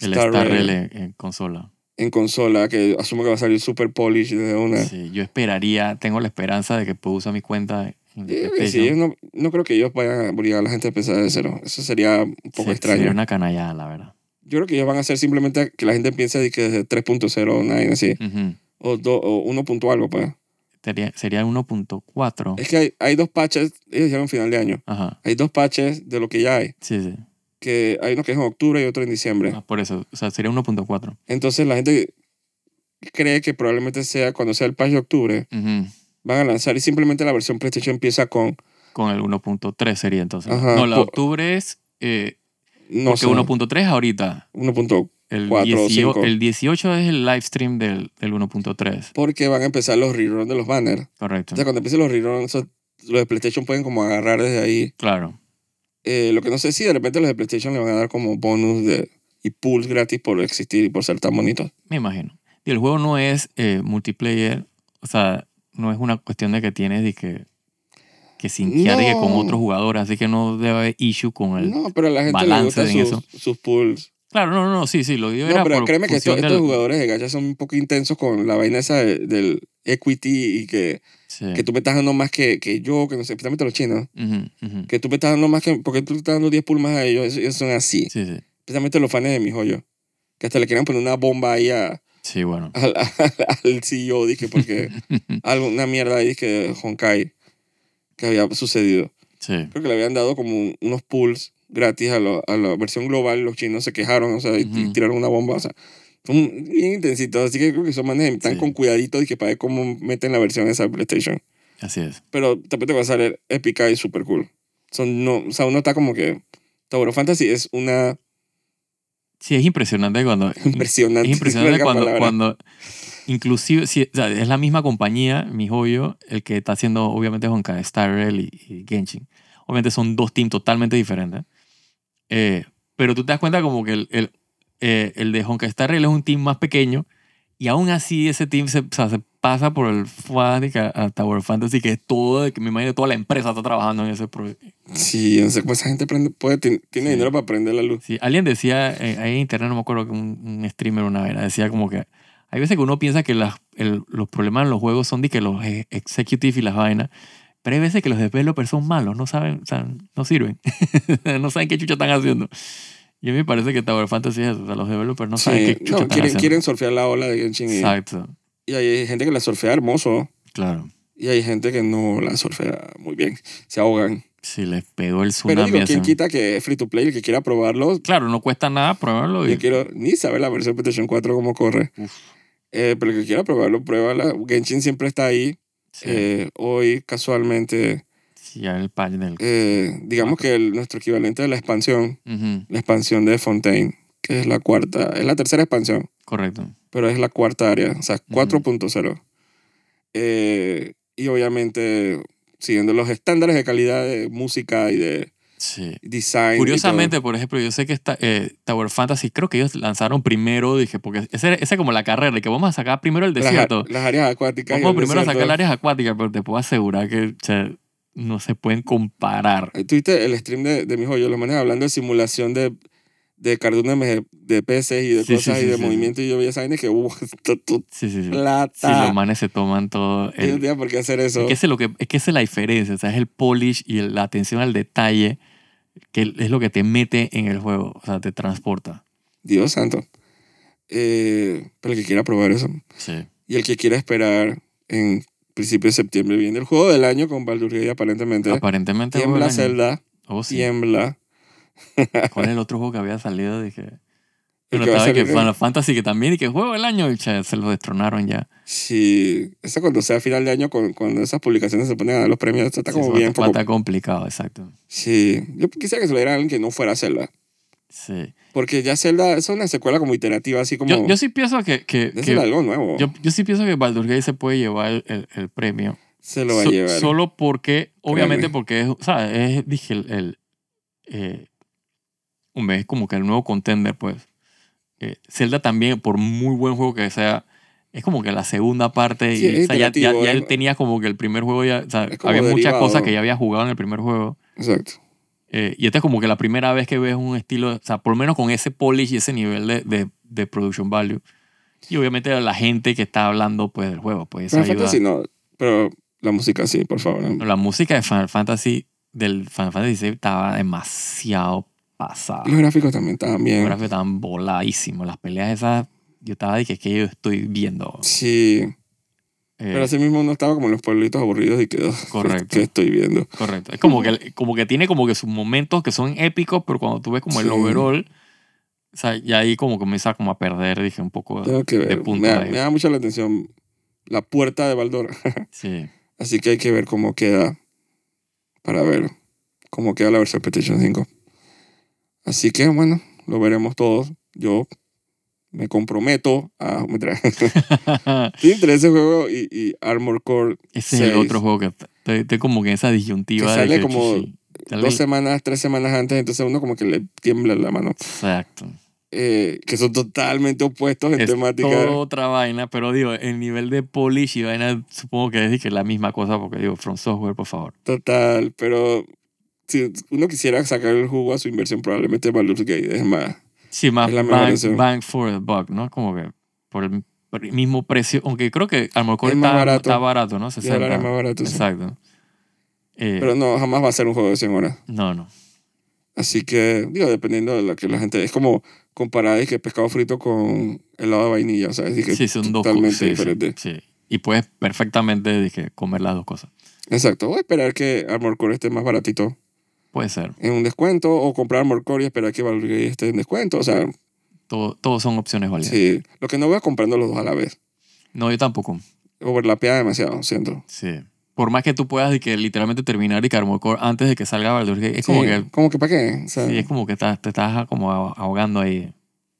B: El
A: Star
B: Star
A: Rail
B: Rail en- en consola.
A: en consola, que asumo que va a salir super polish desde una.
B: Sí, yo esperaría, tengo la esperanza de que pueda usar mi cuenta
A: Yo creo
B: en
A: que Eh, sí,
B: PlayStation.
A: ellos no, no creo que ellos vayan a obligar a la gente a empezar de cero. Eso sería un poco
B: Se-
A: extraño.
B: Sería una canallada, la verdad.
A: Yo creo que ellos van a hacer simplemente que la gente empiece de que desde 3.0 online, así.
B: Ujú.
A: O, do- o 1. punto algo, pues.
B: Sería, sería 1.4.
A: Es que hay, hay dos patches, ellos llegan a final de año.
B: Ajá.
A: Hay dos patches de lo que ya hay.
B: Sí, sí.
A: Que hay uno que es en octubre y otro en diciembre.
B: Ah, por eso, o sea, sería 1.4.
A: Entonces la gente cree que probablemente sea cuando sea el patch de octubre.
B: Ujú.
A: Van a lanzar y simplemente la versión PlayStation empieza con.
B: Con el 1.3 sería entonces.
A: Ajá,
B: no, la de
A: por-
B: octubre es. Eh,
A: No sé.
B: porque 1.3 ahorita.
A: 1.4
B: El,
A: Cuatro,
B: 18
A: cinco.
B: el 18 es el live stream del, del 1.3.
A: Porque van a empezar los reruns de los banners.
B: Correcto.
A: O sea, cuando empiecen los reruns, esos- los de PlayStation pueden como agarrar desde ahí.
B: Claro.
A: Eh, lo que no sé si de repente los de PlayStation le van a dar como bonus de y pools gratis por existir y por ser tan bonitos.
B: Me imagino. Y el juego no es eh, multiplayer, o sea, no es una cuestión de que tienes de que, que sinquear y que con
A: No.
B: otros jugadores, así que no debe haber issue con el...
A: No, pero a la gente le
B: balance
A: gustan
B: en
A: sus, sus pools.
B: Claro, no, no, no, sí, sí, lo digo
A: No,
B: era
A: pero
B: por
A: créeme que
B: función
A: estos, estos
B: del-
A: jugadores de gacha son un poco intensos con la vaina esa de- del equity y que,
B: Sí.
A: que tú me estás dando más que, que yo, que no sé, especialmente los chinos.
B: Ujú, ujú.
A: Que tú me estás dando más que... Porque tú le estás dando 10 pulls más a ellos. Ellos- Ellos son así.
B: Sí, sí.
A: Especialmente los fans de mi joyo. Que hasta le querían poner una bomba ahí a,
B: Sí, bueno.
A: al, al CEO, dije, porque alguna mierda ahí, dije, de Honkai, que había sucedido.
B: Sí.
A: Creo que le habían dado como un- unos pools gratis a, lo- a la versión global, los chinos se quejaron, o sea, y, y
B: Ujú.
A: tiraron una bomba, o sea, fue un- bien intensito, así que creo que son manes tan
B: Sí.
A: con cuidadito, dije, para ver cómo meten la versión esa de PlayStation.
B: Así es.
A: Pero también te va a salir épica y súper cool. Son, no, o sea, uno está como que... Tower of Fantasy es una
B: Sí, es impresionante cuando...
A: impresionante...
B: Es impresionante
A: larga
B: cuando,
A: palabra.
B: cuando inclusive, si, o sea, es la misma compañía, mi joyo, el que está haciendo obviamente Honkai Star Rail y, y Genshin. Obviamente son dos teams totalmente diferentes. Eh, pero tú te das cuenta como que el, el, eh, el de Honkai Star Rail es un team más pequeño y aún así ese team se, o sea, se pasa por el Fanatic a, a Tower Fantasy, que es todo, de que me imagino toda la empresa está trabajando en ese proyecto.
A: Sí, no sé cómo esa gente prende- puede, tiene, tiene
B: Sí.
A: dinero para prender la luz.
B: Sí, alguien decía, eh, ahí en internet, no me acuerdo que un, un streamer una vez, decía como que hay veces que uno piensa que las- el- los problemas en los juegos son de que los eh, executive y las vainas, pero hay veces que los developers son malos, no saben, o sea, no sirven, no saben qué chucha están haciendo. Y a mí me parece que Tower Fantasy es eso, o sea, los developers no
A: Sí,
B: saben qué chucha
A: no,
B: están
A: quieren,
B: haciendo.
A: quieren surfear la ola de Genshin y,
B: Exacto,
A: y hay gente que la surfea hermoso
B: claro.
A: y hay gente que no la surfea muy bien, se ahogan.
B: Si les pegó el tsunami.
A: Pero digo, ¿quién
B: ese.
A: quita que es free to play? El que quiera probarlo,
B: Claro, no cuesta nada probarlo.
A: yo
B: Y,
A: quiero ni saber la versión PlayStation 4 cómo corre.
B: Uf.
A: Eh, pero el que quiera probarlo, pruébala. Genshin siempre está ahí.
B: sí,
A: Eh, hoy, casualmente,
B: sí, ya el patch del...
A: eh,
B: Ah.
A: digamos que el- nuestro equivalente de la expansión,
B: Ujú,
A: la expansión de Fontaine, que es la cuarta, es la tercera expansión.
B: correcto.
A: pero es la cuarta área, o sea, 4.0. Eh, y obviamente siguiendo los estándares de calidad de música y de
B: Sí.
A: design. y
B: Curiosamente, por ejemplo, yo sé que esta, eh, Tower Fantasy, creo que ellos lanzaron primero, dije, porque esa era- esa es como la carrera, de que vamos a sacar primero el
A: todo. las,
B: desierto.
A: a- las áreas acuáticas. y
B: Vamos
A: el
B: primero a
A: desierto.
B: sacar las áreas acuáticas, pero te puedo asegurar que o sea, no se pueden comparar.
A: Eh, Tuviste el stream de, de mi joyo, los manes hablando de simulación de, de cardúmenes de, de peces y de
B: Sí, sí,
A: cosas
B: sí,
A: y de
B: sí,
A: movimiento. Y yo veía esa vaina y que, uh, esto tu
B: Sí, sí, sí. Si
A: plata.
B: los manes se toman todo.
A: Yo no
B: el-
A: tenía por qué hacer
B: es,
A: Ah. eso.
B: que ese es lo que, es que esa es la diferencia, o sea, es el polish y el- la atención al detalle que es lo que te mete en el juego, o sea, te transporta.
A: Dios santo. Eh, pero el que quiera probar eso.
B: Sí.
A: Y el que quiera esperar en principio de septiembre viene el juego del año con Baldur's Gate aparentemente.
B: Aparentemente. juego
A: tiembla
B: del año.
A: Zelda,
B: Oh, sí.
A: tiembla.
B: ¿Cuál es el otro juego que había salido? Dije.
A: El
B: Pero
A: que va a
B: estaba que
A: salir en-
B: Final Fantasy que también y que juego del año y cha, se lo destronaron ya.
A: Sí, eso cuando sea final de año, con- cuando esas publicaciones se ponen a dar los premios, esto está
B: Sí,
A: como
B: eso
A: bien
B: va a
A: poco.
B: estar complicado, exacto.
A: Sí, yo quisiera que se lo diera a alguien que no fuera Zelda.
B: Sí.
A: Porque ya Zelda es una secuela como iterativa, así como...
B: Yo, yo sí pienso que, que,
A: debe
B: que-
A: ser algo nuevo.
B: yo, yo sí pienso que Baldur's Gate se puede llevar el, el- el premio.
A: se lo va
B: So-
A: a llevar.
B: Solo porque, obviamente,
A: Créeme.
B: porque es, o sea, es, dije, el, el, eh, hombre, es como que el nuevo contender, pues. Eh, Zelda también, por muy buen juego que sea, es como que la segunda parte.
A: Sí,
B: y,
A: es
B: o sea, ya, ya-
A: iterativo,
B: ya
A: es-
B: él tenía como que el primer juego, ya, o sea,
A: Es como
B: había muchas
A: derivado.
B: cosas que ya había jugado en el primer juego.
A: Exacto.
B: Eh, y esta es como que la primera vez que ves un estilo, o sea, por lo menos con ese polish y ese nivel de, de, de production value. Y obviamente la gente que está hablando pues del juego, pues eso
A: Final
B: ayuda.
A: Fantasy no, pero la música sí, por favor.
B: La música de Final Fantasy, del Final Fantasy VI estaba demasiado pasada.
A: Los gráficos también estaban
B: Los
A: bien.
B: gráficos estaban voladísimos. Las peleas esas, yo estaba de que, que yo estoy viendo.
A: Sí,
B: Eh,
A: pero así mismo no estaba como en los pueblitos aburridos y quedó.
B: Correcto.
A: ¿Qué estoy viendo?
B: Correcto. Es como que, como que tiene como que sus momentos que son épicos, pero cuando tú ves como el
A: Sí.
B: overall, o sea, ya ahí como comienza como a perder, dije, un poco.
A: Tengo que ver.
B: Ah, de punta
A: me, da,
B: ahí.
A: me da mucho la atención la puerta de Baldor.
B: Sí.
A: Así que hay que ver cómo queda para ver cómo queda la versión PlayStation 5. Así que bueno, lo veremos todos. Yo me comprometo a meter entre ese juego y, y Armor Core
B: Ese es el
A: Seis.
B: otro juego que está- estoy, estoy como que en esa disyuntiva.
A: Que
B: de
A: sale como
B: chuchi, sale-
A: dos semanas, tres semanas antes, entonces uno como que le tiembla la mano.
B: Exacto.
A: eh, que son totalmente opuestos en
B: Es
A: temática.
B: toda otra vaina, pero digo, el nivel de polish y vaina supongo que es dije, la misma cosa porque digo, From Software, por favor.
A: Total, pero si uno quisiera sacar el jugo a su inversión, probablemente Baldur's Gate es más.
B: Sí, más
A: Es la mejor
B: bang,
A: opción.
B: bang for the buck, ¿no? Como que por el, por el mismo precio, aunque creo que a lo mejor
A: Es más
B: está
A: barato.
B: está barato, ¿no?
A: 10 dólares
B: 60.
A: más barato. sí.
B: Exacto. Eh,
A: Pero no, jamás va a ser un juego de 100 horas.
B: no, no.
A: Así que, digo, dependiendo de lo que la gente. Es como comparar es que pescado frito con helado de vainilla, o sea, es que
B: Sí, son dos
A: totalmente
B: cosas. sí, sí,
A: diferente.
B: Sí, Y puedes perfectamente dije, comer las dos cosas.
A: Exacto. Voy a esperar que Armor Core esté más baratito
B: Puede ser.
A: en un descuento, o comprar Armor Core y esperar que Baldur's Gate esté en descuento. O sea,
B: Todo, todos son opciones válidas.
A: sí. Lo que no voy a comprando los dos a la vez.
B: No, yo tampoco.
A: Overlapea demasiado, siento.
B: Sí. Por más que tú puedas de que literalmente terminar y que Armored Core antes de que salga Baldur's Gate, es como
A: Sí,
B: que
A: como que para qué. O sea,
B: sí, es como que estás- te estás como ah- ahogando ahí.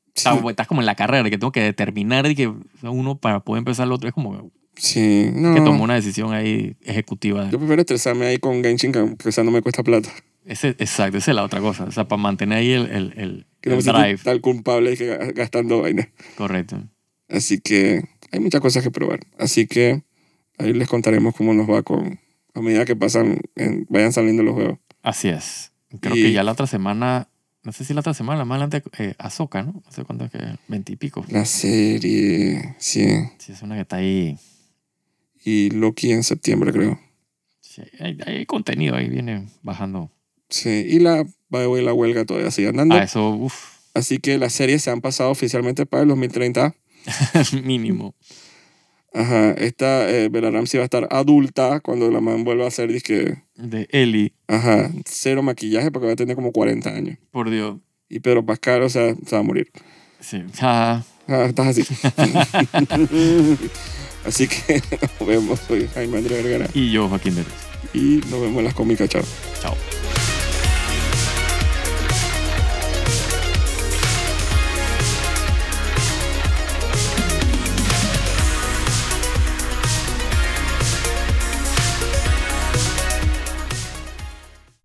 A: sí.
B: Estás, estás como en la carrera, que tengo que determinar y que uno para poder empezar el otro es como
A: Sí, no.
B: que tomó una decisión ahí ejecutiva.
A: Yo prefiero estresarme ahí con Genshin, que que, o sea, no me cuesta plata.
B: Ese, exacto, esa es la otra cosa. O sea, para mantener ahí el, el, el-
A: Que no
B: el
A: me
B: drive.
A: siento tan culpable que ga- gastando vaina.
B: Correcto.
A: Así que hay muchas cosas que probar. Así que ahí les contaremos cómo nos va con a medida que pasan, en- vayan saliendo los juegos.
B: Así es. Creo
A: Y-
B: que ya la otra semana, no sé si la otra semana, la más adelante, eh, Azoka, ¿no? No sé cuánto es que, veintipico.
A: La serie, sí.
B: Sí, es una que está ahí.
A: Y Loki en septiembre, creo.
B: Sí, hay, hay contenido ahí, viene bajando.
A: Sí, y la, by the way, la huelga todavía sigue andando.
B: Ah, eso, uff,
A: Así que las series se han pasado oficialmente para el 2030.
B: mínimo.
A: Ajá, esta eh, Bella Ramsey va a estar adulta cuando la man vuelva a ser, disque,
B: De Eli,
A: ajá, cero maquillaje porque va a tener como 40 años.
B: por Dios.
A: Y Pedro Pascal, o sea, se va a morir.
B: Sí. Ah,
A: Ah, estás así. así que nos vemos. Soy Jaime Andrés Vergara
B: y yo, Joaquín Pérez.
A: y nos vemos en las cómicas. Chao.
B: Chao.